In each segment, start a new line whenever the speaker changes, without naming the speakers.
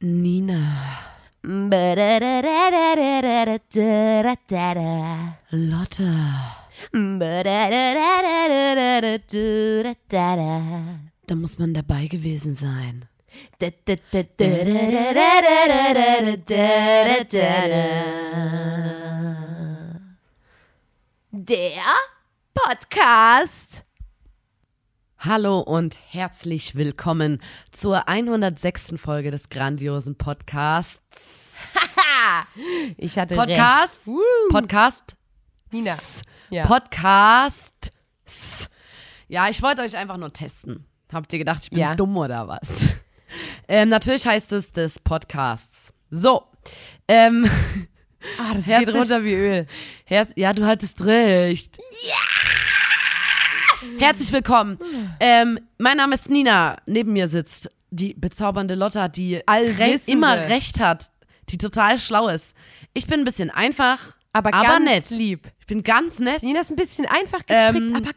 Nina, Lotte, da muss man dabei gewesen sein.
Der Podcast.
Hallo und herzlich willkommen zur 106. Folge des grandiosen Podcasts.
Ich hatte
Podcast.
recht.
Podcast.
Nina.
S.
Ja.
Podcast. S. Ja, ich wollte euch einfach nur testen. Habt ihr gedacht, ich bin
Ja.
dumm oder was? Ähm, natürlich heißt es des Podcasts. So. Ähm,
Ah, das
Herzlich-
geht runter wie Öl.
Herz ja, du hattest recht. Herzlich willkommen. Ähm, mein Name ist Nina. Neben mir sitzt die bezaubernde Lotta, die re
Allwissende.
immer recht hat, die total schlau ist. Ich bin ein bisschen einfach,
Aber,
aber
ganz
nett.
lieb.
Ich bin ganz nett.
Nina ist ein bisschen einfach gestrickt,
Ähm,
aber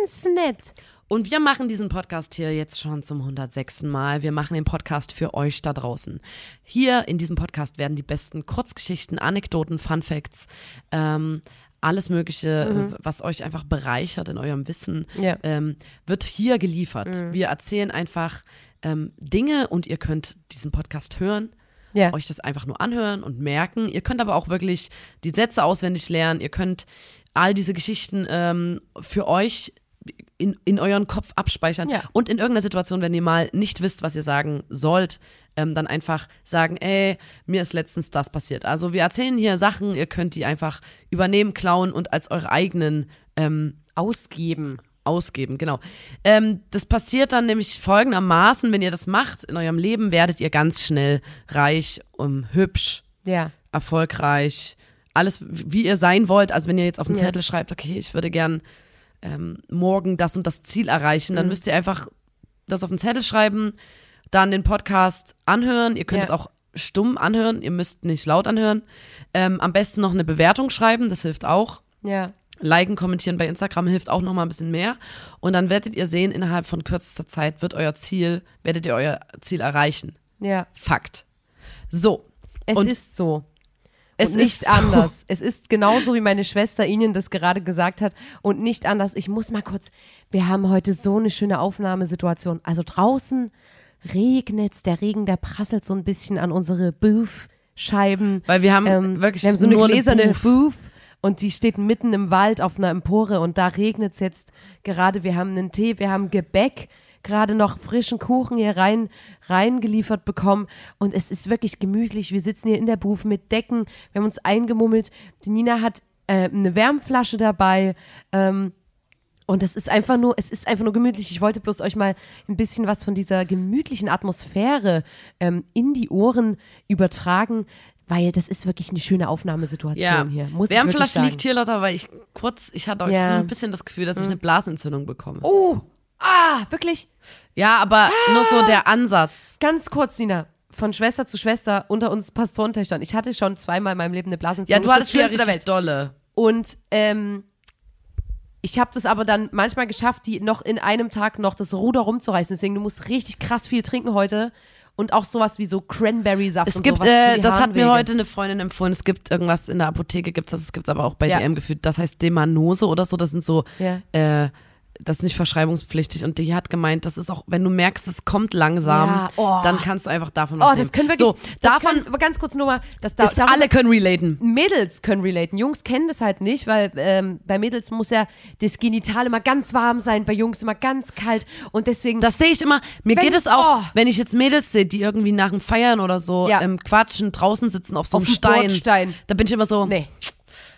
ganz nett.
Und wir machen diesen Podcast hier jetzt schon zum 106. Mal. Wir machen den Podcast für euch da draußen. Hier in diesem Podcast werden die besten Kurzgeschichten, Anekdoten, Fun Facts, ähm, alles Mögliche, äh, was euch einfach bereichert in eurem Wissen,
Mhm. Ja. Mhm.
ähm, wird hier geliefert. Wir erzählen einfach ähm, Dinge und ihr könnt diesen Podcast hören
Ja.
euch das einfach nur anhören und merken. Ihr könnt aber auch wirklich die Sätze auswendig lernen. Ihr könnt all diese Geschichten ähm, für euch in, in euren Kopf abspeichern.
Ja.
Und in irgendeiner Situation, wenn ihr mal nicht wisst, was ihr sagen sollt, ähm, dann einfach sagen, ey, mir ist letztens das passiert. Also wir erzählen hier Sachen, ihr könnt die einfach übernehmen, klauen und als eure eigenen ähm,
Ausgeben.
ausgeben, genau. Ähm, das passiert dann nämlich folgendermaßen, wenn ihr das macht in eurem Leben, werdet ihr ganz schnell reich, um, hübsch,
Ja.
erfolgreich, alles, wie ihr sein wollt. Also wenn ihr jetzt auf den Zettel schreibt, okay, ich würde gern ähm, morgen das und das Ziel erreichen, dann müsst ihr einfach das auf den Zettel schreiben, dann den Podcast anhören. Ihr könnt
Ja.
es auch stumm anhören, ihr müsst nicht laut anhören. Ähm, am besten noch eine Bewertung schreiben, das hilft auch.
Ja.
Liken, kommentieren bei Instagram hilft auch nochmal ein bisschen mehr. Und dann werdet ihr sehen, innerhalb von kürzester Zeit wird euer Ziel, werdet ihr euer Ziel erreichen.
Ja.
Fakt. So.
Es
Und
ist so.
es
und nicht
ist so.
anders. Es ist genauso, wie meine Schwester Ihnen das gerade gesagt hat und nicht anders. Ich muss mal kurz, wir haben heute so eine schöne Aufnahmesituation. Also draußen regnet's, der Regen, der prasselt so ein bisschen an unsere Booth-Scheiben.
Weil wir haben
Ähm,
wirklich
wir haben so eine
nur
gläserne
eine
Booth. und die steht mitten im Wald auf einer Empore und da regnet's jetzt gerade. Wir haben einen Tee, wir haben Gebäck, gerade noch frischen Kuchen hier rein reingeliefert bekommen und es ist wirklich gemütlich. Wir sitzen hier in der Booth mit Decken, wir haben uns eingemummelt. Die Nina hat äh, eine Wärmflasche dabei. Ähm, und es ist einfach nur, es ist einfach nur gemütlich. Ich wollte bloß euch mal ein bisschen was von dieser gemütlichen Atmosphäre ähm, in die Ohren übertragen, weil das ist wirklich eine schöne Aufnahmesituation
Ja.
hier. Muss ich wirklich
Wärmflasche
sagen.
liegt hier, Lotta, weil ich kurz, ich hatte euch
Ja.
ein bisschen das Gefühl, dass ich eine Blasenentzündung bekomme.
Oh, ah, wirklich?
Ja, aber nur so der Ansatz.
Ganz kurz, Nina. Von Schwester zu Schwester unter uns Pastorentöchtern. Ich hatte schon zweimal in meinem Leben eine
Ja,
Blasenentzündung.
du
Das
hattest
ist das
wieder
Schlimmste
richtig dolle.
der Welt. Und ähm, ich habe das aber dann manchmal geschafft, die noch in einem Tag noch das Ruder rumzureißen. Deswegen, du musst richtig krass viel trinken heute. Und auch sowas wie so Cranberry-Saft.
Es
und
gibt,
sowas für
äh,
die
das hat mir
Harnwege.
heute eine Freundin empfohlen, es gibt irgendwas in der Apotheke, gibt's das, es gibt's aber auch bei
Ja.
DM gefühlt, das heißt Demanose oder so, das sind so,
Ja.
äh, das ist nicht verschreibungspflichtig und die hat gemeint, das ist auch, wenn du merkst, es kommt langsam,
Ja, oh.
dann kannst du einfach davon was
Oh, das können wir
nehmen.
wirklich.
So,
das
davon
können, aber ganz kurz nur mal, dass da,
ist, alle können relaten.
Mädels können relaten. Jungs kennen das halt nicht, weil ähm, bei Mädels muss ja das Genital immer ganz warm sein, bei Jungs immer ganz kalt. Und deswegen.
Das sehe ich immer. Mir
Wenn-
geht es auch,
oh.
wenn ich jetzt Mädels sehe, die irgendwie nach dem Feiern oder so
Ja.
ähm, quatschen, draußen sitzen auf so
Auf
einem
dem
Stein.
Bordstein.
Da bin ich immer so,
nee.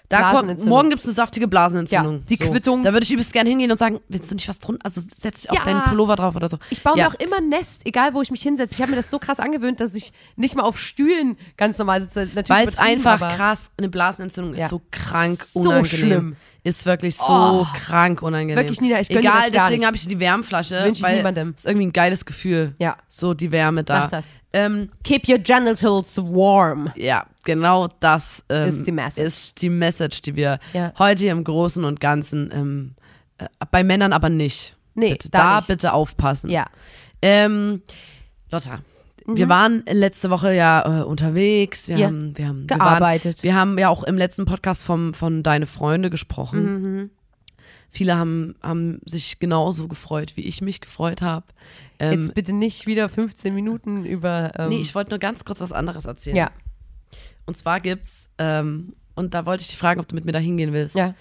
da kommt,
Blasenentzündung.
morgen gibt es eine saftige Blasenentzündung.
Ja, die
so.
Quittung.
Da würde ich übelst gern hingehen und sagen, willst du nicht was drunter? Also setz dich auf
Ja.
deinen Pullover drauf oder so.
Ich baue
ja.
mir auch immer ein Nest, egal wo ich mich hinsetze. Ich habe mir das so krass angewöhnt, dass ich nicht mal auf Stühlen ganz normal sitze. Natürlich
Weil es
übertrieben,
einfach
aber-
krass, eine Blasenentzündung ist
Ja.
so krank
So
unangenehm.
schlimm. Oh.
Ist wirklich so krank unangenehm.
Wirklich, Nina, ich gönn dir
Egal,
das gar
deswegen
nicht.
habe ich die Wärmflasche.
Wünsch ich
weil
niemandem.
Ist irgendwie ein geiles Gefühl.
Ja.
So die Wärme da.
Mach das.
Ähm,
Keep your genitals warm.
Ja, genau das ähm,
Ist die Message.
ist die Message, die wir
Ja.
heute im Großen und Ganzen, ähm, äh, bei Männern aber nicht.
Nee,
bitte,
da
da
nicht.
bitte aufpassen.
Ja.
Ähm, Lotta, wir waren letzte Woche ja äh, unterwegs, wir
Mhm. Ja.
haben, wir haben
Gearbeitet.
Wir, waren, wir haben ja auch im letzten Podcast vom, von Deine Freunde gesprochen.
Mhm.
Viele haben, haben sich genauso gefreut, wie ich mich gefreut habe. Ähm,
Jetzt bitte nicht wieder 15 Minuten über. Ähm,
nee, ich wollte nur ganz kurz was anderes erzählen.
ja,
Und zwar gibt's, ähm, und da wollte ich dich fragen, ob du mit mir da hingehen willst,
ja.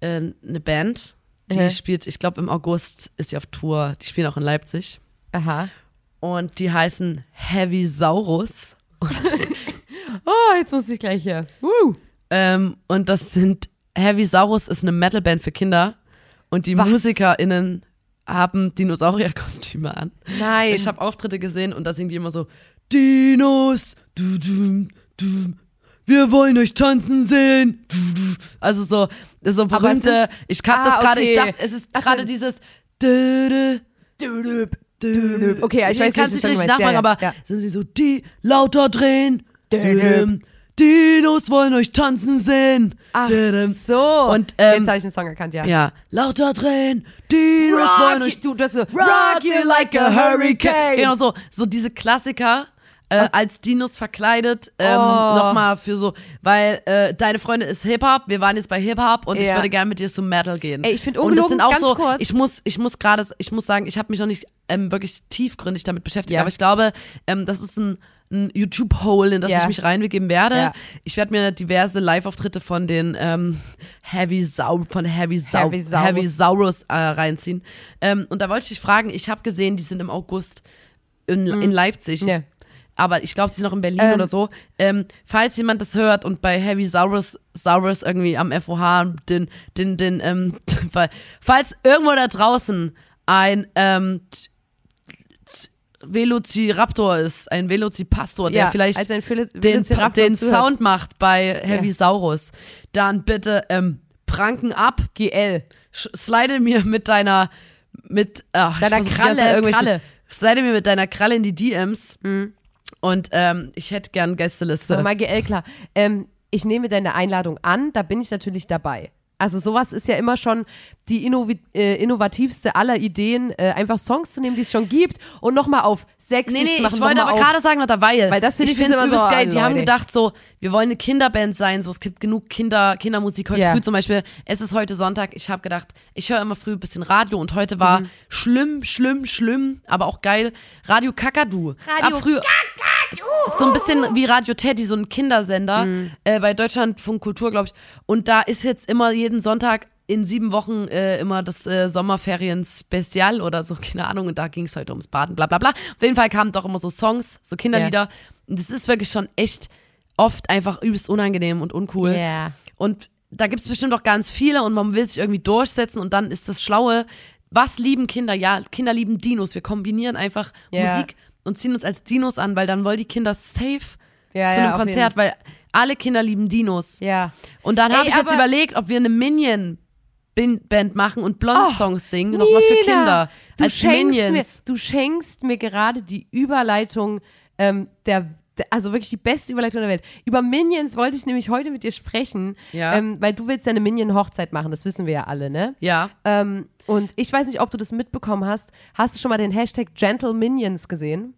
äh, eine Band, die
Mhm.
spielt, ich glaube im August ist sie auf Tour, die spielen auch in Leipzig.
Aha.
Und die heißen Heavy Saurus.
Oh, jetzt muss ich gleich hier. Woo.
Ähm, und das sind Heavy Saurus ist eine Metalband für Kinder und die
Was?
MusikerInnen haben Dinosaurierkostüme an.
Nein.
Ich habe Auftritte gesehen und da singen die immer so Dinos, du, du, du, wir wollen euch tanzen sehen. Du, du. Also so so
Aber es
berühmte. Ich hab das
Ah,
gerade. Ich
okay.
dachte, es ist
Ach so.
gerade dieses. dü, dü, dü, dü, dü, dü.
Okay, ja, ich weiß,
kann's
welches
nicht
du
richtig
meinst.
nachmachen,
Ja, ja,
aber
ja.
sind sie so die lauter drehen.
Dü,
dü,
dü.
dü. Dinos wollen euch tanzen sehen.
Ach,
Dü, dü.
so.
Und, ähm,
jetzt habe ich einen Song erkannt, ja.
Ja, lauter drehen. Dinos wollen
Rock,
euch
you, du, du hast so,
Rock you like a hurricane. Genau
Genau.
so, so diese Klassiker. Äh, als Dinos verkleidet, ähm,
Ah. Oh.
nochmal für so, weil äh, deine Freundin ist Hip-Hop, wir waren jetzt bei Hip-Hop und ich
Ja.
würde gerne mit dir zum Metal gehen.
Ey, ich find
Und das
ungelogen,
sind auch
ganz
so,
kurz.
ich muss, ich muss gerade, ich muss sagen, ich habe mich noch nicht ähm, wirklich tiefgründig damit beschäftigt,
Ja.
aber ich glaube, ähm, das ist ein, ein YouTube-Hole, in das
Ja.
ich mich reinbegeben werde.
Ja.
Ich werde mir diverse Live-Auftritte von den ähm, Heavy Sau von Heavy Sau
Heavy Saurus.
Heavy Saurus äh, reinziehen. Ähm, und da wollte ich dich fragen, ich habe gesehen, die sind im August in, in Leipzig.
Mhm. Ja.
Aber ich glaube, sie sind noch in Berlin
Ähm.
oder so. Ähm, falls jemand das hört und bei Heavy Saurus, Saurus irgendwie am FOH den, den, den, ähm, weil, falls irgendwo da draußen ein ähm, T- T- Velociraptor ist, ein Velocipastor, der
Ja, also
vielleicht
als ein Phil
den,
Velociraptor
den
zuhört.
Sound macht bei Heavy Saurus, dann bitte ähm, pranken ab,
GL.
Sch slide mir mit deiner mit ach, ich
Deiner
versuch die ganze
Kralle,
Zeit irgendwelche-
Kralle. Mhm.
Slide mir mit deiner Kralle in die DMs. Und ähm, ich hätte gern Gästeliste.
Mal GL, Oh, klar. Ähm, ich nehme deine Einladung an, da bin ich natürlich dabei. Also sowas ist ja immer schon die innovi- äh, innovativste aller Ideen, äh, einfach Songs zu nehmen, die es schon gibt und nochmal auf sexy
Nee, nee,
zu machen.
ich wollte
noch mal
aber
auf-
gerade sagen, Lotta, weil,
Weil das finde ich
find's
immer so
übelst geil.
an,
Die haben
Leute.
gedacht so, wir wollen eine Kinderband sein, so es gibt genug Kinder, Kindermusik heute
Ja.
früh zum Beispiel. Es ist heute Sonntag, ich habe gedacht, ich höre immer früh ein bisschen Radio und heute war
Mhm.
schlimm, schlimm, schlimm, aber auch geil. Radio Kakadu.
Radio
Ab früh, Ist so ein bisschen wie Radio Teddy, so ein Kindersender
Mhm.
äh, bei Deutschlandfunk Kultur, glaube ich. Und da ist jetzt immer jeden Sonntag in sieben Wochen äh, immer das äh, Sommerferien-Spezial oder so, keine Ahnung. Und da ging es heute ums Baden, bla bla bla. Auf jeden Fall kamen doch immer so Songs, so Kinderlieder. Und das ist wirklich schon echt oft einfach übelst unangenehm und uncool.
Ja.
Und da gibt es bestimmt auch ganz viele und man will sich irgendwie durchsetzen und dann ist das Schlaue. Was lieben Kinder? Ja, Kinder lieben Dinos. Wir kombinieren einfach
Ja.
Musik und ziehen uns als Dinos an, weil dann wollen die Kinder safe
Ja,
zu einem
ja, auf jeden-
Konzert, weil alle Kinder lieben Dinos.
Ja.
Und dann
Ey,
habe ich jetzt
aber-
überlegt, ob wir eine Minion Bin- Band machen und Blond-Songs singen, nochmal für
Nina,
Kinder.
Oh, Du
als
schenkst, mir,
Minions.
du schenkst mir gerade die Überleitung ähm, der, der, also wirklich die beste Überleitung der Welt. Über Minions wollte ich nämlich heute mit dir sprechen,
Ja.
ähm, weil du willst ja eine Minion-Hochzeit machen, das wissen wir ja alle, ne?
Ja.
Ähm, und ich weiß nicht, ob du das mitbekommen hast. Hast du schon mal den Hashtag Gentle Minions gesehen?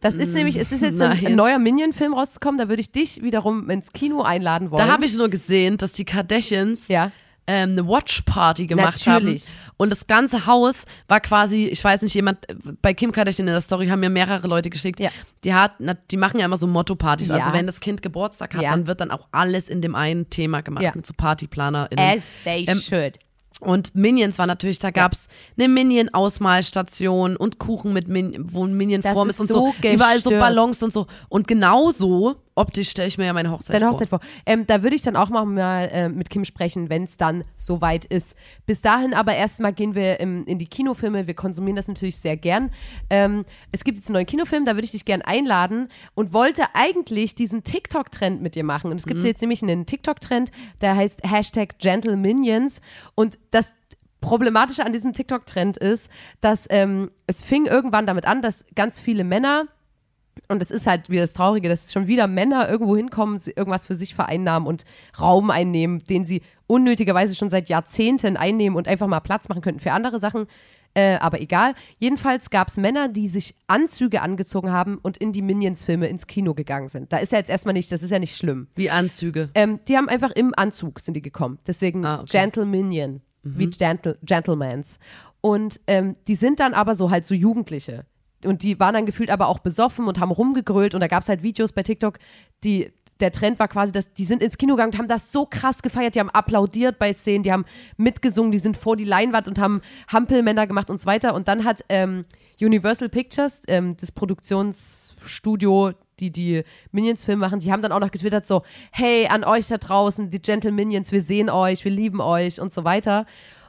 Das ist nämlich, es ist jetzt ein,
nein.
ein neuer Minion-Film rausgekommen, da würde ich dich wiederum ins Kino einladen wollen.
Da habe ich nur gesehen, dass die Kardashians
Ja.
ähm, eine Watch-Party gemacht
Natürlich.
haben. Und das ganze Haus war quasi, ich weiß nicht, jemand, bei Kim Kardashian in der Story haben mir mehrere Leute geschickt,
Ja.
die, hat, na, die machen ja immer so Motto-Partys. Also
Ja.
wenn das Kind Geburtstag hat,
Ja.
dann wird dann auch alles in dem einen Thema gemacht,
Ja.
mit so PartyplanerInnen.
As they
Ähm,
should.
Und Minions war natürlich, da gab's eine Minion-Ausmalstation und Kuchen mit Min wo ein
Das
Minion-Form
ist
ist und so.
so
Überall so
gestört.
Ballons und so. Und genauso optisch stelle ich mir ja meine Hochzeit
Deine
vor.
Hochzeit vor. Ähm, da würde ich dann auch mal, mal äh, mit Kim sprechen, wenn es dann soweit ist. Bis dahin aber erstmal gehen wir im, in die Kinofilme. Wir konsumieren das natürlich sehr gern. Ähm, es gibt jetzt einen neuen Kinofilm, da würde ich dich gern einladen und wollte eigentlich diesen TikTok-Trend mit dir machen. Und es gibt jetzt nämlich einen TikTok-Trend, der heißt Hashtag Gentle Minions. Und das Problematische an diesem TikTok-Trend ist, dass ähm, es fing irgendwann damit an, dass ganz viele Männer und es ist halt wieder das Traurige, dass schon wieder Männer irgendwo hinkommen, sie- irgendwas für sich vereinnahmen und Raum einnehmen, den sie unnötigerweise schon seit Jahrzehnten einnehmen und einfach mal Platz machen könnten für andere Sachen. Äh, aber egal. Jedenfalls gab es Männer, die sich Anzüge angezogen haben und in die Minions-Filme ins Kino gegangen sind. Da ist ja jetzt erstmal nicht, das ist ja nicht schlimm.
Wie Anzüge.
Ähm, die haben einfach im Anzug sind die gekommen. Deswegen
Ah, okay. Mhm.
Gentle Minion, wie Gentle, Gentlemans. Und ähm, die sind dann aber so halt so Jugendliche. Und die waren dann gefühlt aber auch besoffen und haben rumgegrölt. Und da gab es halt Videos bei TikTok, die, der Trend war quasi, dass die sind ins Kino gegangen und haben das so krass gefeiert. Die haben applaudiert bei Szenen, die haben mitgesungen, die sind vor die Leinwand und haben Hampelmänner gemacht und so weiter. Und dann hat ähm, Universal Pictures, ähm, das Produktionsstudio, die die Minions-Film machen, die haben dann auch noch getwittert so, hey, an euch da draußen, die Gentle Minions, wir sehen euch, wir lieben euch und so weiter.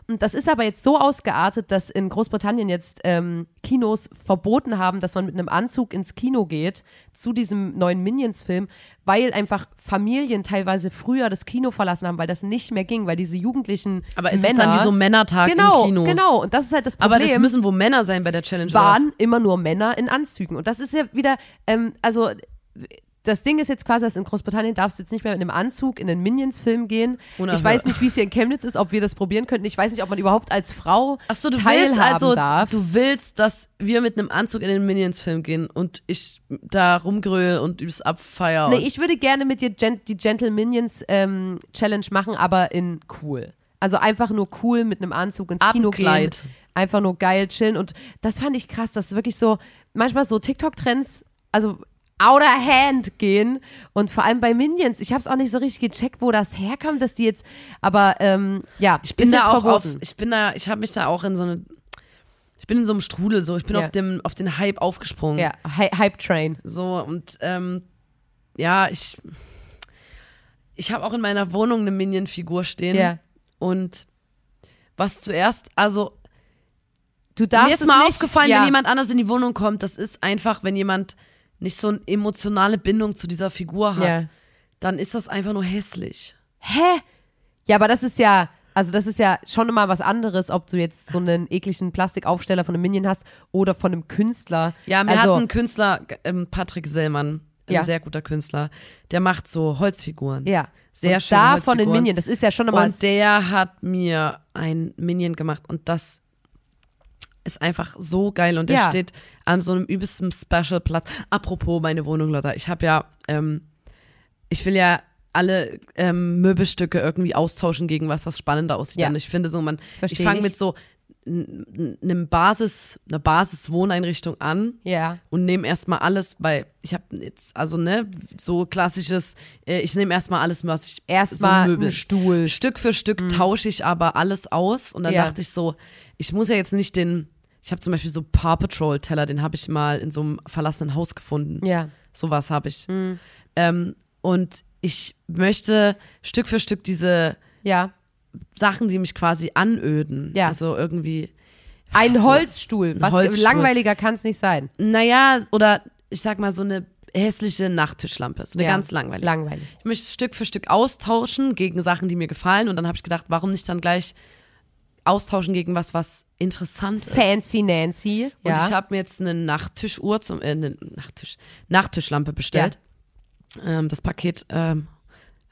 Und das ist aber jetzt so ausgeartet, dass in Großbritannien jetzt ähm, Kinos verboten haben, dass man mit einem Anzug ins Kino geht zu diesem neuen Minions-Film, weil einfach Familien teilweise früher das Kino verlassen haben, weil das nicht mehr ging, weil diese jugendlichen
Aber es
Äh, Männer,
ist dann wie so Männertag
genau,
im Kino.
genau. Und das ist halt das Problem
Aber das müssen wohl Männer sein bei der Challenge. oder was?
waren immer nur Männer in Anzügen. Und das ist ja wieder, ähm, also das Ding ist jetzt quasi, dass in Großbritannien darfst du jetzt nicht mehr in einem Anzug in einen Minions-Film gehen.
Unerhört.
Ich weiß nicht, wie es hier in Chemnitz ist, ob wir das probieren könnten. Ich weiß nicht, ob man überhaupt als Frau
Ach so, du
teilhaben
willst also,
darf.
du willst, dass wir mit einem Anzug in den Minions-Film gehen und ich da rumgröle und übs abfeier.
Nee,
und
ich würde gerne mit dir Gen die Gentle Minions ähm, Challenge machen, aber in cool. Also einfach nur cool mit einem Anzug ins Kino gehen.
Abendkleid.
Einfach nur geil chillen. Und das fand ich krass, dass wirklich so manchmal so TikTok-Trends, also outer hand gehen. Und vor allem bei Minions. Ich habe es auch nicht so richtig gecheckt, wo das herkam, dass die jetzt. Aber ähm, ja,
ich bin
ist
da
jetzt
auch
verboten.
auf, ich bin da, ich habe mich da auch in so eine, ich bin in so einem Strudel so, ich bin
Ja.
auf dem, auf den Hype aufgesprungen.
ja, Hy Hype Train.
So und ähm, ja, ich, ich habe auch in meiner Wohnung eine Minion-Figur stehen
Ja.
und was zuerst, also
Du darfst
Mir ist
es
mal
nicht,
aufgefallen,
ja.
wenn jemand anders in die Wohnung kommt, das ist einfach, wenn jemand nicht so eine emotionale Bindung zu dieser Figur hat,
Ja.
dann ist das einfach nur hässlich.
Hä? Ja, aber das ist ja, also das ist ja schon mal was anderes, ob du jetzt so einen ekligen Plastikaufsteller von einem Minion hast oder von einem Künstler.
Ja, mir
also,
hat ein Künstler, ähm, Patrick Sellmann, ein
Ja.
sehr guter Künstler, der macht so Holzfiguren.
ja.
sehr
und
schöne
Da von den
Holzfiguren.
Minion, das ist ja schon mal.
Und der hat mir ein Minion gemacht und das ist einfach so geil und der
Ja.
steht an so einem übelsten Special Platz. Apropos meine Wohnung, Leute, ich habe ja, ähm, ich will ja alle ähm, Möbelstücke irgendwie austauschen gegen was, was spannender aussieht.
Ja.
Und ich finde so, man,
Versteh
ich fange
ich.
mit so n- n- einem Basis, einer Basiswohneinrichtung an
ja.
und nehme erstmal alles, weil ich habe jetzt, also ne, so klassisches, äh, ich nehme erstmal alles, was ich
Erstmal
so
einen
Möbel.
Stuhl. Mhm.
Stück für Stück tausche ich aber alles aus und dann
Ja.
dachte ich so, ich muss ja jetzt nicht den, ich habe zum Beispiel so Paw Patrol Teller, den habe ich mal in so einem verlassenen Haus gefunden.
Ja. Mhm.
Sowas habe ich. Ähm, und ich möchte Stück für Stück diese
Ja.
Sachen, die mich quasi anöden.
Ja.
Also irgendwie,
Ein
so,
Holzstuhl. was
Holzstuhl.
langweiliger kann es nicht sein.
naja, oder ich sag mal so eine hässliche Nachttischlampe, so eine
ja.
ganz langweilige.
Langweilig.
ich möchte es Stück für Stück austauschen gegen Sachen, die mir gefallen. Und dann habe ich gedacht, warum nicht dann gleich austauschen gegen was, was interessant ist.
Fancy Nancy.
Und
ja.
ich habe mir jetzt eine Nachttischuhr zum äh, eine Nachttisch, Nachttischlampe bestellt. Ähm, das Paket ähm,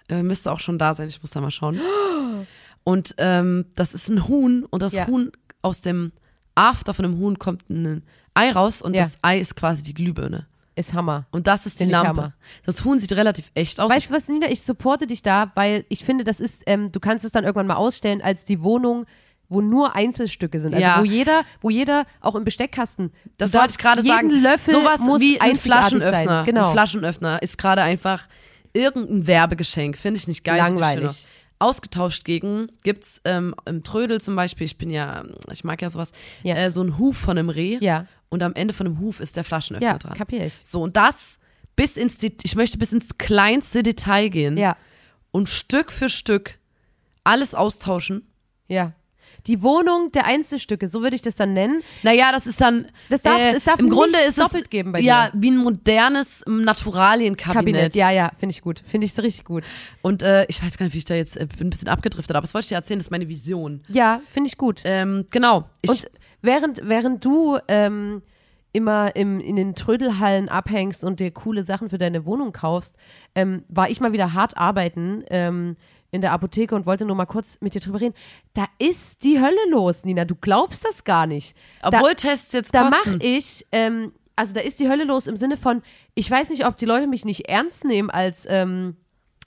äh, müsste auch schon da sein. Ich muss da mal schauen. Und ähm, das ist ein Huhn und das
Ja.
Huhn aus dem After von dem Huhn kommt ein Ei raus und
Ja.
das Ei ist quasi die Glühbirne.
ist Hammer.
Und das ist die
Find ich
Lampe.
Hammer.
Das Huhn sieht relativ echt aus.
Weißt du was, Nina? Ich supporte dich da, weil ich finde, das ist, ähm, du kannst es dann irgendwann mal ausstellen als die Wohnung, wo nur Einzelstücke sind. Also
Ja.
wo jeder, wo jeder auch im Besteckkasten. du
Das wollte
darfst
ich gerade
jeden
sagen.
Löffel
Sowas
muss
wie ein
einzigartig
Flaschenöffner.
Sein. Genau.
Ein Flaschenöffner ist gerade einfach irgendein Werbegeschenk. Finde ich nicht geil. ist nicht
Langweilig.
schöner. Ausgetauscht gegen gibt's ähm, im Trödel zum Beispiel. Ich bin ja, ich mag ja sowas.
Ja.
Äh, so ein Huf von einem Reh.
Ja.
Und am Ende von dem Huf ist der Flaschenöffner
ja,
dran.
kapier ich.
So und das bis ins, Det- ich möchte bis ins kleinste Detail gehen
Ja,
und Stück für Stück alles austauschen.
ja. Die Wohnung der Einzelstücke, so würde ich das dann nennen.
Naja, das ist dann.
Das darf-
äh,
es darf
im Grunde
nichts
ist es,
doppelt geben bei
Ja, wie ein modernes ähm, Naturalienkabinett.
Kabinett. Ja, ja, finde ich gut. Finde ich so richtig gut.
Und äh, ich weiß gar nicht, wie ich da jetzt äh, bin ein bisschen abgedriftet, aber das wollte ich dir erzählen, das ist meine Vision.
Ja, finde ich gut.
Ähm, genau. Ich,
Und während, während du ähm, immer im, in den Trödelhallen abhängst und dir coole Sachen für deine Wohnung kaufst, ähm, war ich mal wieder hart arbeiten ähm, in in der Apotheke und wollte nur mal kurz mit dir drüber reden. Da ist die Hölle los, Nina. Du glaubst das gar nicht. Da-
Obwohl Tests jetzt
da mache
kosten.
ich, ähm, also da ist die Hölle los im Sinne von, ich weiß nicht, ob die Leute mich nicht ernst nehmen als, ähm,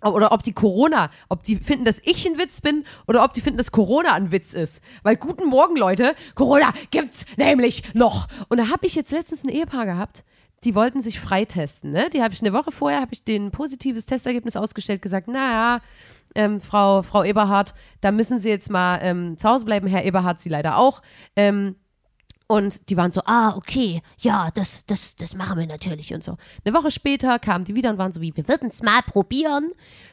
oder ob die Corona, ob die finden, dass ich ein Witz bin oder ob die finden, dass Corona ein Witz ist. Weil guten Morgen, Leute, Corona gibt's nämlich noch. Und da habe ich jetzt letztens ein Ehepaar gehabt, die wollten sich freitesten. Ne? Die habe ich eine Woche vorher, habe ich denen positives Testergebnis ausgestellt, gesagt, naja, ähm, Frau, Frau Eberhardt, da müssen Sie jetzt mal ähm, zu Hause bleiben, Herr Eberhardt, Sie leider auch. Ähm, und die waren so, ah, okay, ja, das, das, das machen wir natürlich und so. Eine Woche später kamen die wieder und waren so wie, wir würden es mal probieren.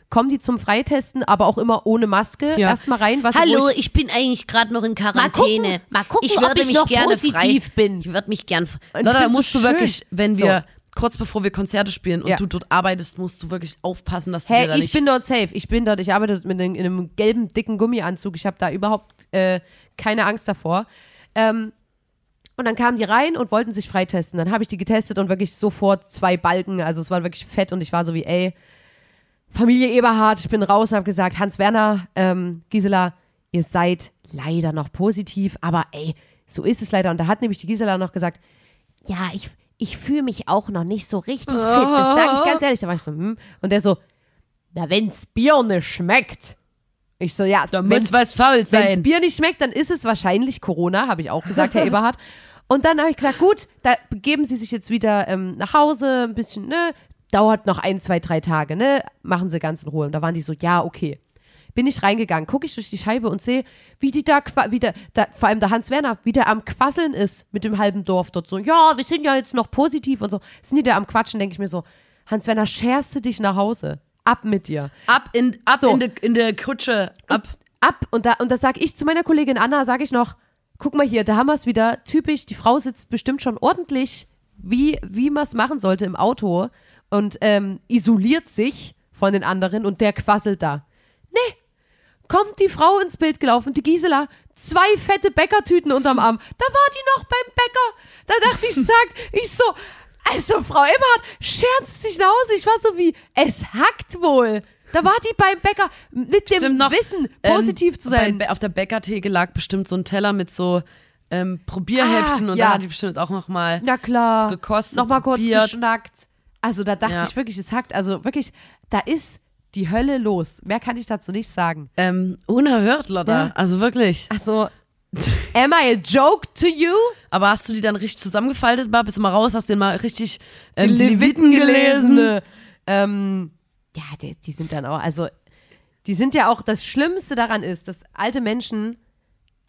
Kommen die zum Freitesten, aber auch immer ohne Maske.
Ja.
Erstmal rein, was
Hallo,
ruhig-
ich bin eigentlich gerade noch in
mal gucken,
Quarantäne.
mal gucken
ich würde
ob ich
mich
noch
gerne
positiv
frei,
bin.
Ich würde mich gern. f-
Und ich
Leute, da
bin so
musst du
schön.
wirklich, wenn
So.
wir kurz bevor wir Konzerte spielen und
Ja.
du dort arbeitest, musst du wirklich aufpassen, dass du dir da
Hey, ich
nicht
bin dort safe. Ich bin dort, ich arbeite dort mit in, in einem gelben, dicken Gummianzug. Ich habe da überhaupt äh, keine Angst davor. Ähm, und dann kamen die rein und wollten sich freitesten. Dann habe ich die getestet und wirklich sofort zwei Balken. Also es war wirklich fett und ich war so wie, ey, Familie Eberhardt, ich bin raus und habe gesagt, Hans Werner, ähm, Gisela, ihr seid leider noch positiv, aber ey, so ist es leider. Und da hat nämlich die Gisela noch gesagt, ja, ich, ich fühle mich auch noch nicht so richtig fit. Das sage ich ganz ehrlich. Da war ich so, hm. Und der so, na, wenn's Bier nicht schmeckt. Ich so, ja,
Da
wenn's-
muss was faul
Wenns
sein.
Bier nicht schmeckt, dann ist es wahrscheinlich Corona, habe ich auch gesagt, Herr Eberhardt. Und dann habe ich gesagt, gut, da begeben Sie sich jetzt wieder ähm, nach Hause, ein bisschen, ne? Dauert noch ein, zwei, drei Tage, ne? Machen Sie ganz in Ruhe. Und da waren die so, ja, okay. Bin ich reingegangen, gucke ich durch die Scheibe und sehe, wie die da, qua- wie der, da, vor allem der Hans Werner, wie der am Quasseln ist mit dem halben Dorf dort so, ja, wir sind ja jetzt noch positiv und so. Sind die da am Quatschen, denke ich mir so, Hans Werner, scherste dich nach Hause. Ab mit dir
ab in ab
So.
in der in der Kutsche ab.
ab und da und das sage ich zu meiner Kollegin Anna, sage ich noch, guck mal hier, da haben wir es wieder, typisch, die Frau sitzt bestimmt schon ordentlich, wie wie man es machen sollte im Auto und ähm, isoliert sich von den anderen und der quasselt da. Nee, kommt die Frau ins Bild gelaufen, die Gisela, zwei fette Bäckertüten unterm Arm. Da war die noch beim Bäcker. Da dachte ich, sagt, ich so also, Frau Eberhardt, scherzt sich nach Hause. Ich war so wie, es hackt wohl. Da war die beim Bäcker mit dem
Stimmt noch.
Wissen,
Ähm,
positiv zu sein.
beim- auf der Bäckertheke lag bestimmt so ein Teller mit so ähm, Probierhäppchen
Ah,
und
ja.
da hat die bestimmt auch noch mal
Na klar.
gekostet,
Nochmal kurz
probiert.
geschnackt. Also da dachte
Ja.
ich wirklich, es hackt. Also wirklich, da ist die Hölle los. Mehr kann ich dazu nicht sagen.
ähm, unerhört, Lotta.
Ja.
Also wirklich.
Also, am I a joke to you?
Aber hast du die dann richtig zusammengefaltet, war bist du mal raus, hast den mal richtig ähm,
Die Leviten
gelesen.
gelesene. Ähm, ja, die, die sind dann auch, also die sind ja auch, das Schlimmste daran ist, dass alte Menschen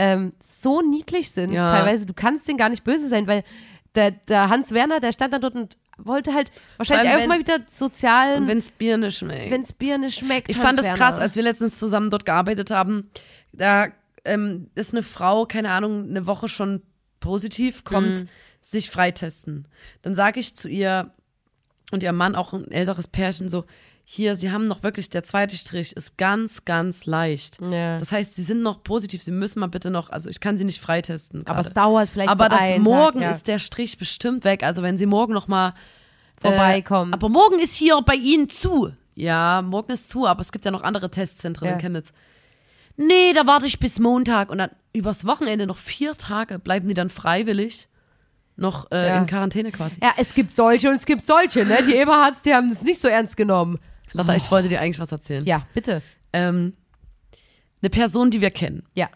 ähm, so niedlich sind.
Ja.
Teilweise, du kannst denen gar nicht böse sein, weil der, der Hans Werner, der stand dann dort und wollte halt wahrscheinlich
Vor allem,
einfach mal wieder sozialen,
Und wenn's Bier nicht schmeckt.
wenn's Bier nicht schmeckt.
Ich
Hans
fand das
Werner.
krass, also, als wir letztens zusammen dort gearbeitet haben. Da ähm, ist eine Frau, keine Ahnung, eine Woche schon positiv, kommt
Mhm.
sich freitesten. Dann sage ich zu ihr und ihrem Mann, auch ein älteres Pärchen, so, hier, sie haben noch wirklich, der zweite Strich ist ganz, ganz leicht.
Ja.
Das heißt, sie sind noch positiv, sie müssen mal bitte noch, also ich kann sie nicht freitesten.
aber es
gerade.
dauert vielleicht
Aber
so
das
einen
morgen
Tag,
ist der Strich bestimmt weg. Also wenn sie morgen noch mal
ja, vorbeikommen.
Äh, aber morgen ist hier bei Ihnen zu. Ja, morgen ist zu, aber es gibt ja noch andere Testzentren
Ja.
in Chemnitz. Nee, da warte ich bis Montag und dann übers Wochenende noch vier Tage bleiben die dann freiwillig noch äh,
Ja.
in Quarantäne quasi.
ja, es gibt solche und es gibt solche, ne? Die Eberhards, die haben es nicht so ernst genommen.
Lotta, ich wollte dir eigentlich was erzählen.
Ja, bitte.
Ähm, eine Person, die wir kennen,
Ja.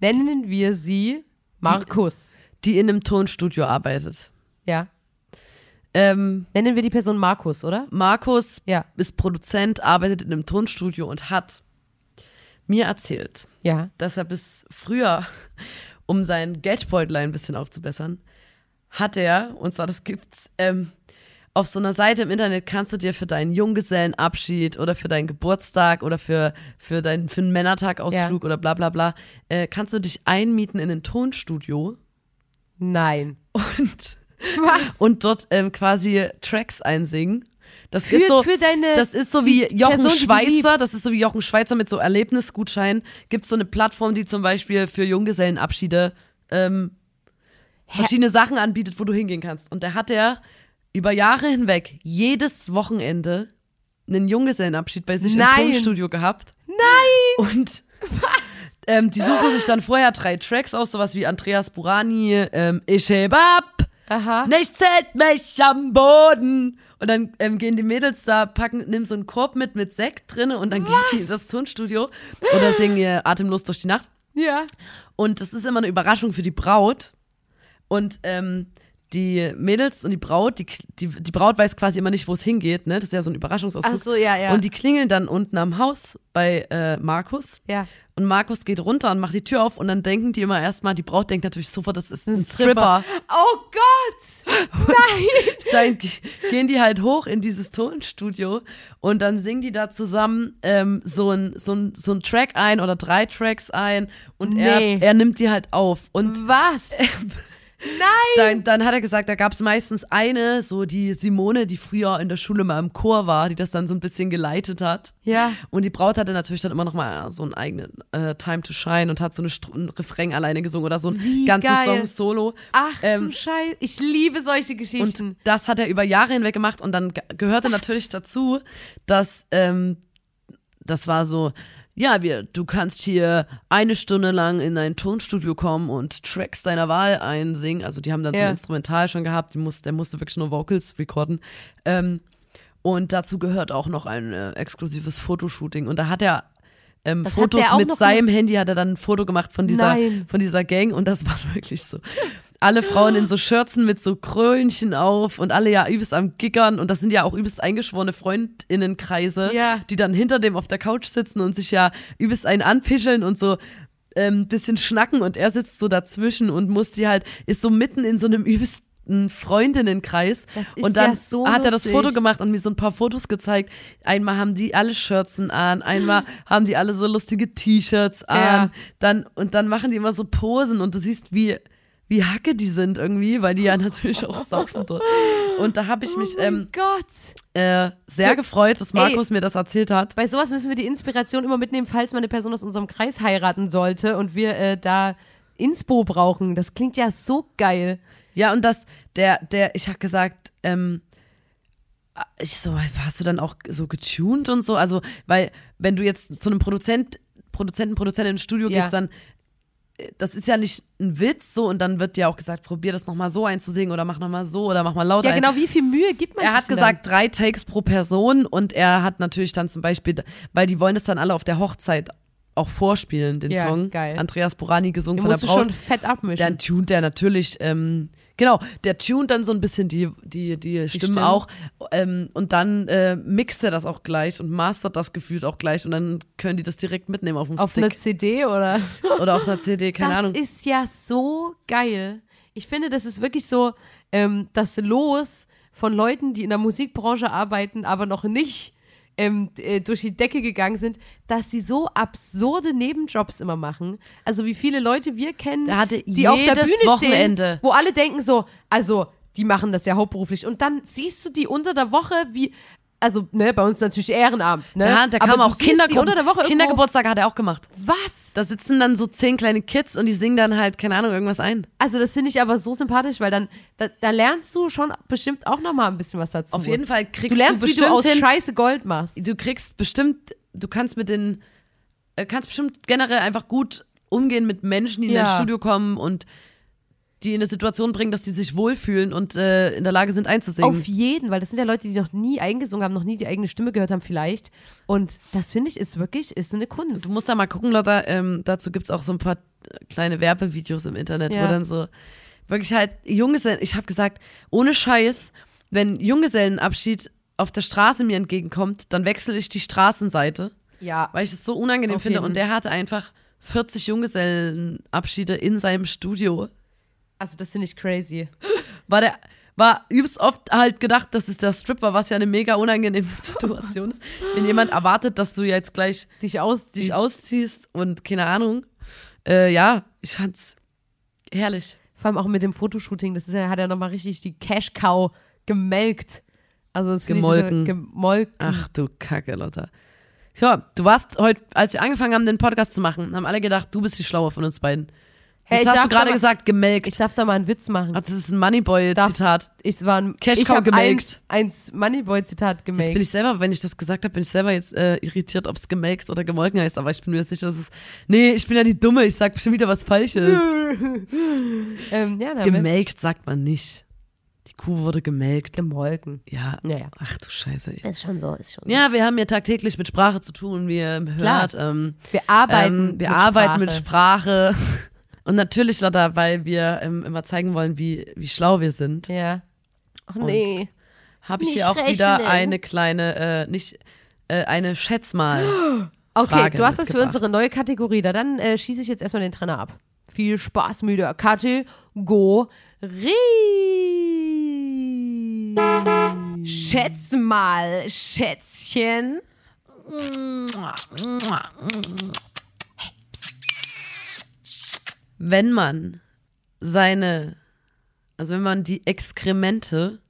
Nennen wir sie Markus.
die in einem Tonstudio arbeitet.
ja.
Ähm,
Nennen wir die Person Markus, oder?
Markus
Ja.
ist Produzent, arbeitet in einem Tonstudio und hat mir erzählt,
Ja.
dass er bis früher, um sein Geldbeutel ein bisschen aufzubessern, hat er, und zwar das gibt's, ähm, auf so einer Seite im Internet kannst du dir für deinen Junggesellenabschied oder für deinen Geburtstag oder für, für deinen für einen Männertagausflug oder bla bla bla, äh, kannst du dich einmieten in ein Tonstudio
Nein.
und,
Was?
und dort ähm, quasi Tracks einsingen. Das
Für-
ist so,
für deine-
das ist so
die
wie Jochen
Person, die du
Schweizer,
liebst.
das ist so wie Jochen Schweizer mit so Erlebnisgutscheinen. Gibt so eine Plattform, die zum Beispiel für Junggesellenabschiede ähm, verschiedene Sachen anbietet, wo du hingehen kannst. Und da hat er über Jahre hinweg jedes Wochenende einen Junggesellenabschied bei sich
Nein.
im Tonstudio gehabt. Nein! Und ähm, die suchen sich dann vorher drei Tracks aus, sowas wie Andreas Burani, ähm, Ich heb ab,
Aha.
nichts hält mich am Boden. Und dann ähm, gehen die Mädels da, packen, nehmen so einen Korb mit mit Sekt drinne und dann gehen die in das Tonstudio oder singen äh, Atemlos durch die Nacht.
Ja.
Und das ist immer eine Überraschung für die Braut. Und ähm, die Mädels und die Braut, die, die, die Braut weiß quasi immer nicht, wo es hingeht, ne? Das ist ja so ein Überraschungsausflug.
Ach so, ja, ja.
Und die klingeln dann unten am Haus bei äh, Markus.
Ja.
Und Markus geht runter und macht die Tür auf und dann denken die immer erstmal, die Braut denkt natürlich sofort, das ist ein, Stripper.
Oh Gott!
Dann ge- gehen die halt hoch in dieses Tonstudio und dann singen die da zusammen ähm, so ein so ein, so ein Track ein oder drei Tracks ein und
Nee.
er, er nimmt die halt auf. Und
Was? Nein!
dann, dann hat er gesagt, da gab es meistens eine, so die Simone, die früher in der Schule mal im Chor war, die das dann so ein bisschen geleitet hat.
Ja.
Und die Braut hatte natürlich dann immer noch mal so einen eigenen äh, Time to Shine und hat so eine Str- einen Refrain alleine gesungen oder so ein
Wie
ganzes
geil.
Song solo.
Ach
Ähm,
du Scheiße. Ich liebe solche Geschichten.
und das hat er über Jahre hinweg gemacht und dann ge- gehörte natürlich dazu, dass ähm, das war so, ja, wir, du kannst hier eine Stunde lang in ein Tonstudio kommen und Tracks deiner Wahl einsingen. Also die haben dann so
Ja.
ein Instrumental schon gehabt, die muss, der musste wirklich nur Vocals recorden. Ähm, und dazu gehört auch noch ein äh, exklusives Fotoshooting. Und da hat er ähm,
Das hat
Fotos
der auch
mit
noch
seinem Handy hat er dann ein Foto gemacht von dieser,
Nein.
von dieser Gang und das war wirklich so. Alle Frauen in so Schürzen mit so Krönchen auf und alle ja übelst am Gickern und das sind ja auch übelst eingeschworene Freundinnenkreise,
Ja.
die dann hinter dem auf der Couch sitzen und sich ja übelst einen anpischeln und so ähm, bisschen schnacken und er sitzt so dazwischen und muss die halt, ist so mitten in so einem übelsten Freundinnenkreis
Das ist
und dann
ja so
hat er das
lustig.
Foto gemacht und mir so ein paar Fotos gezeigt. Einmal haben die alle Schürzen an, einmal haben die alle so lustige T-Shirts an.
Ja.
Dann, und dann machen die immer so Posen und du siehst, wie, wie hacke die sind irgendwie, weil die ja natürlich auch saufen dort. Und da habe
Oh
ich mich ähm,
Gott!
äh, sehr gefreut, dass Markus mir das erzählt hat.
Bei sowas müssen wir die Inspiration immer mitnehmen, falls man eine Person aus unserem Kreis heiraten sollte und wir äh, da Inspo brauchen. Das klingt ja so geil.
Ja, und das, der, der, ich hab gesagt, ähm, äh, ich so, hast du dann auch so getuned und so? Also, weil, wenn du jetzt zu einem Produzent, Produzenten, Produzentin ins Studio
Ja.
gehst, dann, äh, das ist ja nicht ein Witz so und dann wird dir auch gesagt, probier das nochmal so einzusingen oder mach nochmal so oder mach mal lauter.
Ja, genau, wie viel Mühe gibt man
Er
sich
hat
denn
gesagt, drei Takes pro Person und er hat natürlich dann zum Beispiel, weil die wollen das dann alle auf der Hochzeit auch vorspielen, den
Ja,
Song.
geil.
Andreas Burani gesungen
dann?
von der
musst du
Braut
schon fett abmischen.
dann tunt der natürlich, ähm, genau, der tunt dann so ein bisschen die, die, die, Stimmen
Stimmen.
auch ähm, und dann äh, mixt er das auch gleich und mastert das gefühlt auch gleich und dann können die das direkt mitnehmen auf dem
Auf einer
Stick
CD oder?
oder auf einer CD, keine
das
Ahnung.
ist ja so geil. Ich finde, das ist wirklich so ähm, das Los von Leuten, die in der Musikbranche arbeiten, aber noch nicht ähm, d- äh, durch die Decke gegangen sind, dass sie so absurde Nebenjobs immer machen. Also wie viele Leute wir kennen,
Der hatte
die auf der
jedes
Bühne
Wochenende.
stehen, wo alle denken so, also die machen das ja hauptberuflich. Und dann siehst du die unter der Woche wie, also ne, bei uns natürlich Ehrenamt. Ne?
ja, da
aber
kam
du
auch
siehst die unter der
Kindergruppen.
Woche irgendwo-
Kindergeburtstage hat er auch gemacht.
Was?
Da sitzen dann so zehn kleine Kids und die singen dann halt, keine Ahnung, irgendwas ein.
Also das finde ich aber so sympathisch, weil dann da, da lernst du schon bestimmt auch noch mal ein bisschen was dazu.
Auf jeden Fall kriegst
Du lernst, wie
bestimmt
du aus
hin,
Scheiße Gold machst.
du kriegst bestimmt, du kannst mit den, äh, kannst bestimmt generell einfach gut umgehen mit Menschen, die in
Ja.
dein Studio kommen und die in eine Situation bringen, dass die sich wohlfühlen und äh, in der Lage sind einzusingen.
Auf jeden, weil das sind ja Leute, die noch nie eingesungen haben, noch nie die eigene Stimme gehört haben vielleicht. Und das finde ich ist wirklich ist eine Kunst.
du musst da mal gucken, Lotta, ähm, dazu gibt's auch so ein paar kleine Werbevideos im Internet,
Ja.
wo dann so wirklich halt Junggesellen, ich habe gesagt, ohne Scheiß, wenn Junggesellenabschied auf der Straße mir entgegenkommt, dann wechsle ich die Straßenseite.
Ja,
weil ich es so unangenehm
Auf
finde.
jeden.
Und der hatte einfach 40 Junggesellenabschiede in seinem Studio.
also das finde ich crazy.
War der war übelst oft halt gedacht, das ist der Stripper, was ja eine mega unangenehme Situation ist. Wenn jemand erwartet, dass du jetzt gleich
Dich aus
dich ausziehst und keine Ahnung. Äh, ja, ich fand's herrlich.
vor allem auch mit dem Fotoshooting, das ist ja, hat ja noch mal richtig die Cash Cow gemelkt. Also das finde ich
Gemolken. Ah,
so, gemolken.
Ach du Kacke, Lotta. Ja, du warst heute, als wir angefangen haben, den Podcast zu machen, haben alle gedacht, du bist die Schlaue von uns beiden.
Hey,
Jetzt
ich
hast
darf
du gerade
da mal-
gesagt, gemelkt.
Ich darf da mal einen Witz machen.
Ah, das ist ein Moneyboy-Zitat.
Ich war ein
Cash
ich
Cow
hab
gemaked.
Eins, eins Moneyboy-Zitat
Jetzt bin
gemaked.
ich selber, wenn ich das gesagt habe, bin ich selber jetzt äh, irritiert, ob es gemelkt oder gemolken heißt. Aber ich bin mir sicher, dass es. Nee, ich bin ja die Dumme, ich sag bestimmt wieder was Falsches.
Ähm, ja, damit.
gemelkt sagt man nicht. Die Kuh wurde gemelkt.
Gemolken.
Ja.
Naja.
Ach du Scheiße. Ey.
Ist schon so, ist schon so.
Ja, wir haben ja tagtäglich mit Sprache zu tun, wie ihr
Klar.
hört. Ähm,
Wir arbeiten.
ähm, wir
mit
arbeiten
Sprache.
mit Sprache. Und natürlich, Lotta, weil wir ähm, immer zeigen wollen, wie, wie schlau wir sind,
Ja. Ach nee.
habe ich
Nicht
hier auch wieder
rechnen.
eine kleine, äh, nicht, äh, eine Schätz mal.
Okay,
Frage
du hast was für
mitgebracht.
unsere neue Kategorie. Da dann äh, schieße ich jetzt erstmal den Trainer ab. Viel Spaß mit der Kategorie. Schätz mal, Schätzchen.
Wenn man seine, also wenn man die Exkremente,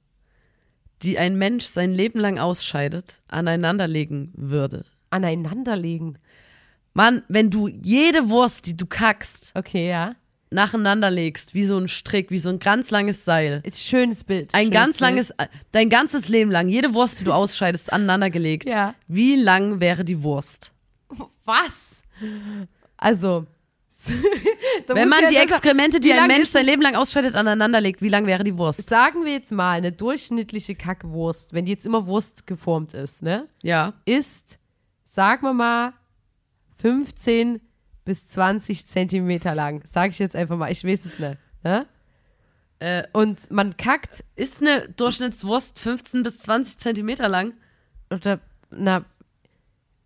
die ein Mensch sein Leben lang ausscheidet, aneinanderlegen würde.
Aneinanderlegen.
Mann, wenn du jede Wurst, die du kackst,
Okay, ja.
nacheinander legst, wie so ein Strick, wie so ein ganz langes Seil.
Ist schönes Bild.
Ein
schönes
ganz
Bild.
langes, dein ganzes Leben lang, jede Wurst, die du ausscheidest, aneinandergelegt.
Ja.
Wie lang wäre die Wurst?
Was? Also. da
Wenn
muss ich
man
ja
die
jetzt-
Exkremente,
wie
die ein
lang
Mensch
ist-
sein Leben lang ausscheidet, aneinanderlegt, wie lang wäre die Wurst?
Sagen wir jetzt mal, eine durchschnittliche Kackwurst, wenn die jetzt immer Wurst geformt ist, ne?
Ja.
Ist, sagen wir mal, 15 bis 20 Zentimeter lang. Sag ich jetzt einfach mal, ich weiß es nicht. Ne? Äh, Und man kackt
Ist eine Durchschnittswurst 15 bis 20 Zentimeter lang?
oder na.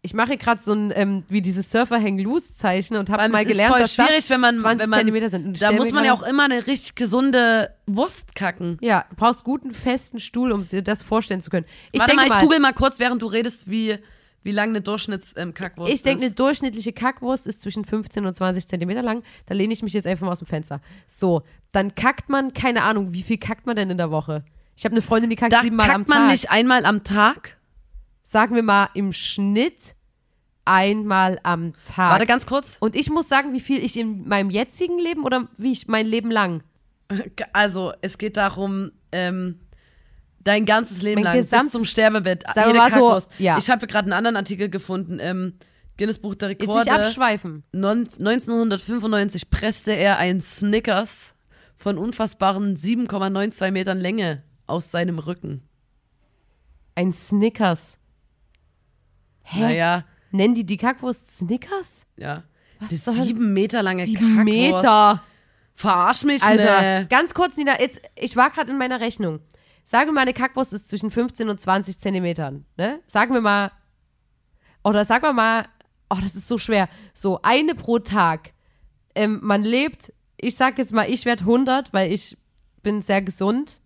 Ich mache gerade so ein, ähm, wie dieses Surfer-Hang-Loose-Zeichen und
Vor
habe
allem,
mal
es ist
gelernt,
voll
dass
schwierig,
das
wenn man-
20
wenn man-
Zentimeter sind. Und ich
Da
stell
muss
mir
man ja
gerade-
auch immer eine richtig gesunde Wurst kacken.
Ja, du brauchst guten festen Stuhl, um dir das vorstellen zu können. Ich
Warte
denke
mal, ich
mal,
google mal kurz, während du redest, wie, wie lang eine Durchschnittskackwurst
ich denke, eine
ist.
durchschnittliche Kackwurst ist zwischen 15 und 20 Zentimeter lang. Da lehne ich mich jetzt einfach mal aus dem Fenster. So, dann kackt man, keine Ahnung, wie viel kackt man denn in der Woche? Ich habe eine Freundin, die kackt
Da
siebenmal am
kackt
Tag.
man nicht einmal am Tag?
Sagen wir mal im Schnitt einmal am Tag.
Warte ganz kurz.
und ich muss sagen, wie viel ich in meinem jetzigen Leben oder wie ich mein Leben lang,
Also, es geht darum, ähm, dein ganzes Leben
Mein
lang bis
gesamtes-
zum Sterbebett.
Sagen wir
jede
mal so,
Kackwurst.
ja.
Ich habe gerade einen anderen Artikel gefunden. Ähm, Guinness Buch der
jetzt nicht
Rekorde.
abschweifen.
Non- 1995 presste er ein Snickers von unfassbaren 7,92 Metern Länge aus seinem Rücken.
Ein Snickers. Hä?
Naja,
Nennen die die Kackwurst Snickers?
ja.
Was
Das
soll-
sieben Meter lange
Sieben
Kackwurst.
Meter.
Verarsch mich,
Alter,
ne?
Also, ganz kurz, Nina, jetzt, ich war gerade in meiner Rechnung. Sagen wir mal, eine Kackwurst ist zwischen 15 und 20 Zentimetern. Ne? Sagen wir mal, oder sagen wir mal, oh, das ist so schwer. So eine pro Tag. Ähm, man lebt, ich sag jetzt mal, ich werde 100, weil ich bin sehr gesund.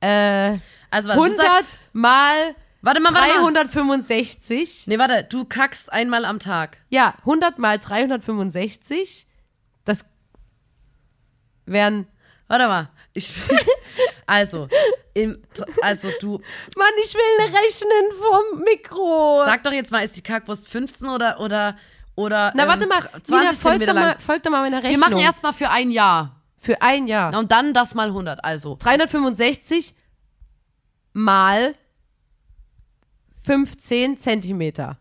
Äh,
Also, warte,
100
du sagst,
mal
warte mal, warte mal.
365.
Nee, warte, du kackst einmal am Tag.
Ja, 100 mal 365. Das wären
Warte mal. Ich, also, im, also du,
Mann, ich will ne rechnen vom Mikro.
sag doch jetzt mal, ist die Kackwurst 15 oder, oder, oder
Na,
ähm,
warte mal.
20
Nina, folg
Zentimeter
doch mal,
lang?
folg doch mal meiner
Wir
Rechnung.
machen Genau. erstmal für ein Jahr.
für ein Jahr.
Na, Und dann das mal 100, also.
365 mal 15 Zentimeter.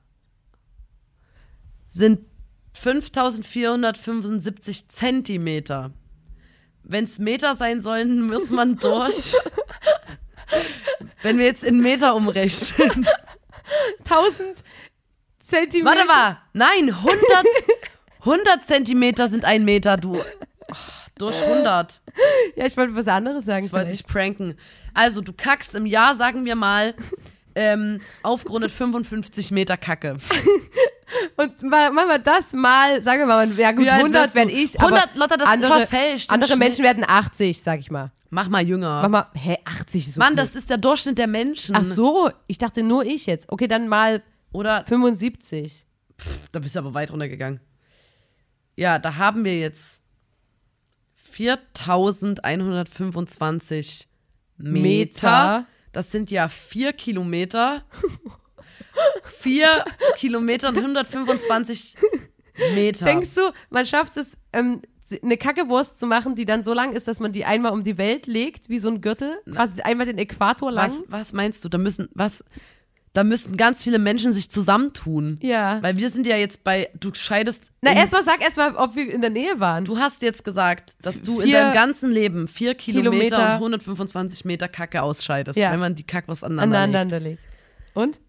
Sind 5475 Zentimeter. Wenn's Meter sein sollen, muss man durch. Wenn wir jetzt in Meter umrechnen.
1000 Zentimeter.
Warte mal. Nein, 100, 100 Zentimeter sind ein Meter, du. Ach, durch 100.
Äh, Ja, ich wollte was anderes sagen.
Ich wollte
vielleicht.
dich pranken. Also, du kackst im Jahr, sagen wir mal, ähm, aufgerundet 55 Meter Kacke.
Und mal, machen wir das mal, sagen wir mal, ja gut,
Wie alt
100
wärst du?
werde ich.
100,
aber
Lotta, das ist
andere,
verfälscht im
Andere
Schnitt.
Menschen werden 80, sag ich mal.
Mach mal jünger.
Mach mal, hä, 80 ist so
Mann,
viel.
das ist der Durchschnitt der Menschen.
Ach so, ich dachte nur ich jetzt. Okay, dann mal
Oder,
75.
da bist du aber weit runtergegangen. Ja, da haben wir jetzt 4125 Meter.
Meter.
Das sind ja vier Kilometer. vier Kilometer und 125 Meter.
Denkst du, man schafft es ähm, eine Kackewurst zu machen, die dann so lang ist, dass man die einmal um die Welt legt, wie so ein Gürtel, quasi einmal den Äquator lang.
Was, was meinst du? Da müssen, was, da müssen ganz viele Menschen sich zusammentun.
Ja.
Weil wir sind ja jetzt bei, du scheidest.
Na,
in-
erstmal sag erstmal, ob wir in der Nähe waren.
Du hast jetzt gesagt, dass du in
Vier
deinem ganzen Leben vier Kilometer,
Kilometer-
und 125 Meter Kacke ausscheidest,
Ja.
wenn man die Kack was aneinander, legt.
aneinander legt. Und?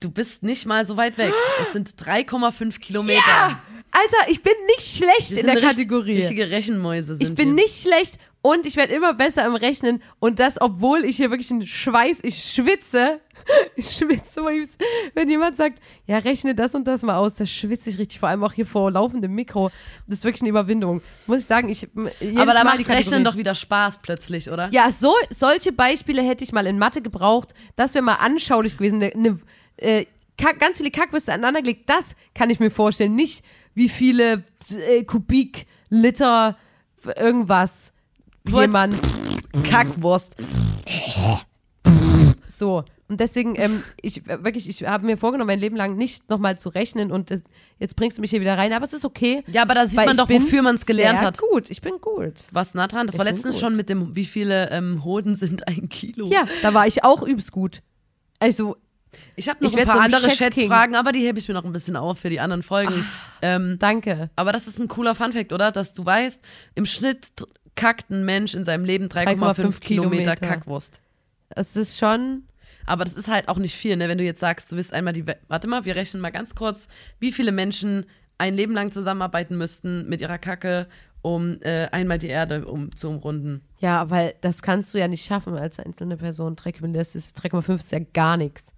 Du bist nicht mal so weit weg. Es sind 3,5 Kilometer.
Alter, ich bin nicht schlecht
Wir
in
sind
der
richt-
Kategorie.
Richtige Rechenmäuse sind
Ich bin
wir.
nicht schlecht und ich werde immer besser im Rechnen. Und das, obwohl ich hier wirklich einen Schweiß, ich schwitze. Ich schwitze, weil ich's- wenn jemand sagt, ja, rechne das und das mal aus, da schwitze ich richtig, vor allem auch hier vor laufendem Mikro. Das ist wirklich eine Überwindung. Muss ich sagen, ich. Jedes
Aber da
mal
macht
die
Rechnen
Kategorie.
doch wieder Spaß plötzlich, oder?
Ja, so, solche Beispiele hätte ich mal in Mathe gebraucht. Das wäre mal anschaulich gewesen. Ne, ne, äh, Kack, ganz viele Kackwürste aneinandergelegt, das kann ich mir vorstellen. Nicht wie viele äh, Kubik, Liter, f- irgendwas.
Putz.
Jemand.
Kackwurst.
So. Und deswegen, ähm, ich äh, wirklich, ich habe mir vorgenommen, mein Leben lang nicht nochmal zu rechnen und das, jetzt bringst du mich hier wieder rein, aber es ist okay.
Ja, aber da sieht
weil
man
ich
doch,
bin
wofür man es gelernt
sehr
hat.
Gut, ich bin gut.
Was, Nathan? Das war
bin
letztens
gut.
schon mit dem, wie viele ähm, Hoden sind ein Kilo.
Ja, da war ich auch übst gut. Also,
Ich habe noch
Ich
ein
werd
paar
so ein
andere
Schätzking.
Schätzfragen, aber die hebe ich mir noch ein bisschen auf für die anderen Folgen. Ähm,
danke.
aber das ist ein cooler Funfact, oder? Dass du weißt, im Schnitt tr- kackt ein Mensch in seinem Leben 3,5
3,5
Kilometer
Kilometer.
Kackwurst.
Es ist schon.
Aber das ist halt auch nicht viel, ne? wenn du jetzt sagst, du willst einmal die. We- Warte mal, wir rechnen mal ganz kurz, wie viele Menschen ein Leben lang zusammenarbeiten müssten mit ihrer Kacke, um äh, einmal die Erde um, zu umrunden.
Ja, weil das kannst du ja nicht schaffen als einzelne Person. 3,5 das ist, 3,5 ist ja gar nichts.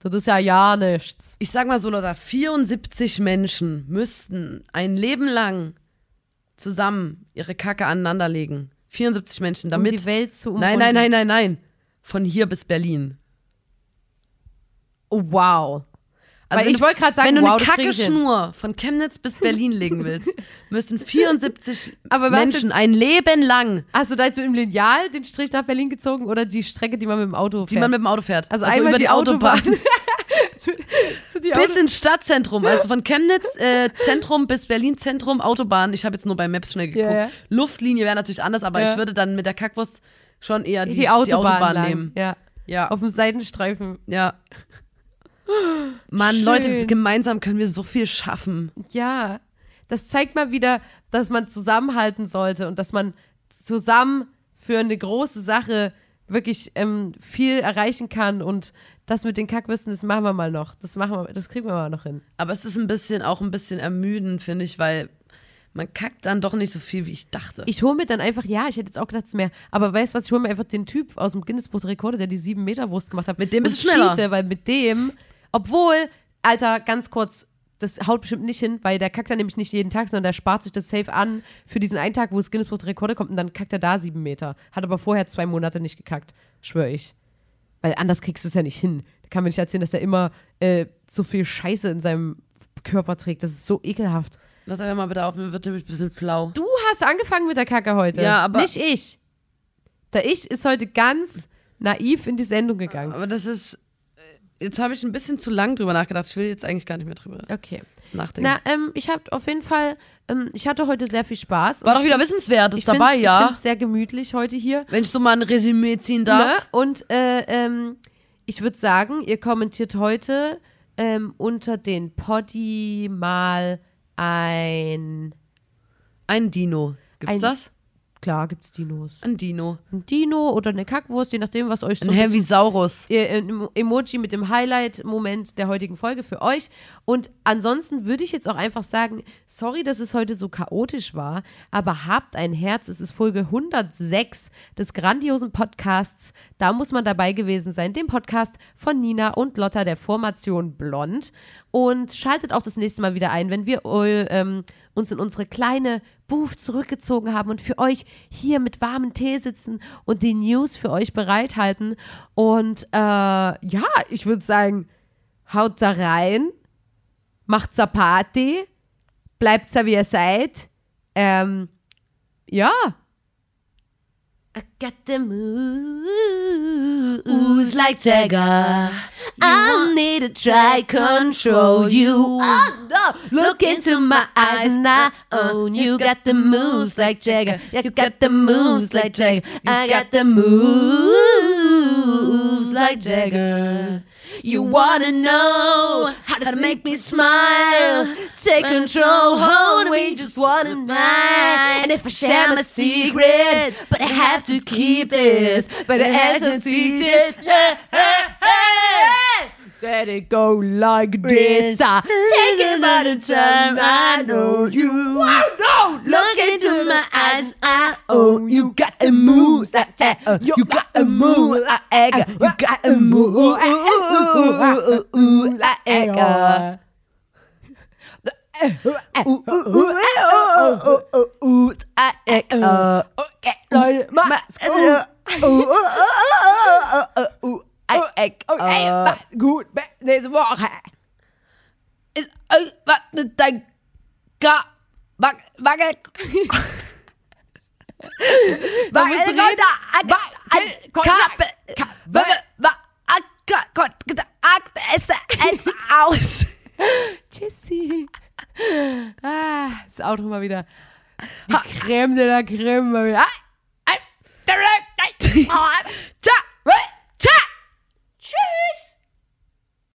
Das ist ja ja nichts.
Ich sag mal so, Lotta, 74 Menschen müssten ein Leben lang zusammen ihre Kacke aneinanderlegen. 74 Menschen,
Um
damit.
die Welt zu
nein,
umrunden.
nein, nein, nein, nein. Von hier bis Berlin.
Oh, wow.
Also
Weil
wenn
ich
du-
wollte gerade sagen,
wenn du
wow,
eine
das krieg ich hin.
Kacke-Schnur von Chemnitz bis Berlin legen willst, müssen 74
Aber was
Menschen
jetzt-
ein Leben lang,
Hast du da jetzt mit dem Lineal den Strich nach Berlin gezogen oder die Strecke, die man mit dem Auto fährt?
die man mit dem Auto fährt.
also, einmal
über
die, Autobahn. Zu die
bis ins Stadtzentrum, also von Chemnitz äh, Zentrum bis Berlin Zentrum Autobahn. Ich habe jetzt nur bei Maps schnell geguckt.
Ja, ja.
Luftlinie wäre natürlich anders, aber
Ja.
ich würde dann mit der Kackwurst schon eher die,
die,
die
Autobahn,
Autobahn,
lang.
nehmen.
Ja.
Ja,
Auf dem Seitenstreifen.
ja. Mann,
Schön.
Leute, gemeinsam können wir so viel schaffen.
Ja. Das zeigt mal wieder, dass man zusammenhalten sollte und dass man zusammen für eine große Sache wirklich ähm, viel erreichen kann. Und das mit den Kackwürsten, das machen wir mal noch. Das machen wir, das kriegen wir mal noch hin.
Aber es ist ein bisschen auch ein bisschen ermüdend, finde ich, weil man kackt dann doch nicht so viel, wie ich dachte.
Ich hole mir dann einfach, ja, ich hätte jetzt auch gedacht, es ist mehr. Aber weißt du was, ich hole mir einfach den Typ aus dem Guinness Buch der Rekorde, der die 7 Meter Wurst gemacht hat.
Mit dem
Und
ist es schneller.
Cheate, weil mit dem, obwohl, Alter, ganz kurz, das haut bestimmt nicht hin, weil der kackt dann nämlich nicht jeden Tag, sondern der spart sich das safe an für diesen einen Tag, wo das Guinness Buch der Rekorde kommt und dann kackt er da 7 Meter. Hat aber vorher zwei Monate nicht gekackt, schwöre ich. Weil anders kriegst du es ja nicht hin. Da kann man nicht erzählen, dass er immer äh, so viel Scheiße in seinem Körper trägt. Das ist so ekelhaft.
Lass einfach mal bitte auf, mir wird nämlich ein bisschen flau.
Du hast angefangen mit der Kacke heute.
Ja, aber-
Nicht ich. Der Ich ist heute ganz naiv in die Sendung gegangen.
Aber das ist. äh, Jetzt habe ich ein bisschen zu lang drüber nachgedacht. Ich will jetzt eigentlich gar nicht mehr drüber
Okay.
nachdenken.
Na, ähm, ich habe auf jeden Fall, ähm, ich hatte heute sehr viel Spaß.
War
Und
doch wieder Wissenswertes
ich
dabei,
find's, Ich
ja?
find's sehr gemütlich heute hier.
Wenn ich so mal ein Resümee ziehen darf.
Ne? Und äh, ähm, ich würde sagen, ihr kommentiert heute ähm, unter den Poddy mal ein.
Ein Dino. Gibt's
Ein-
das?
Klar, gibt's Dinos.
Ein Dino.
Ein Dino oder eine Kackwurst, je nachdem, was euch so
Ein Heavisaurus.
Ihr Em- Emoji mit dem Highlight-Moment der heutigen Folge für euch. Und ansonsten würde ich jetzt auch einfach sagen, sorry, dass es heute so chaotisch war, aber habt ein Herz. Es ist Folge 106 des grandiosen Podcasts. Da muss man dabei gewesen sein, dem Podcast von Nina und Lotta der Formation Blond. Und schaltet auch das nächste Mal wieder ein, wenn wir eu- ähm, uns in unsere kleine Booth zurückgezogen haben und für euch hier mit warmem Tee sitzen und die News für euch bereithalten. Und äh, ja, ich würde sagen, haut da rein, macht's eine Party, bleibt's ja wie ihr seid. Ähm, ja. I got the moves like Jagger. I need to try control you. Ah! Look into my eyes and I own you. Got the moves like Jagger. You got the moves like Jagger. I got the moves like Jagger. You wanna know how to make me smile? Take control, hold me, just one in mind. And if I share my secret, but I have to keep it. But I have to secret. Let it go like this. I take it by the time I know you. no! Look into my eyes, I own Oh, you. Got a move like that. Uh, You got a move like egg. You got a move like egg. Okay, Leute, macht's gut. Okay, macht's gut. Bis nächste Woche. Ist euch was mit dein Ka... Wag... Wagel... Wagel...
musst du reden.
Wagel... Kappe... Kappe... Wagel... Akte... Esse... Esse... Aus... Tschüssi. Ah, das Auto mal wieder. Die Creme de la Creme mal wieder. Ah, ah, da, da, da.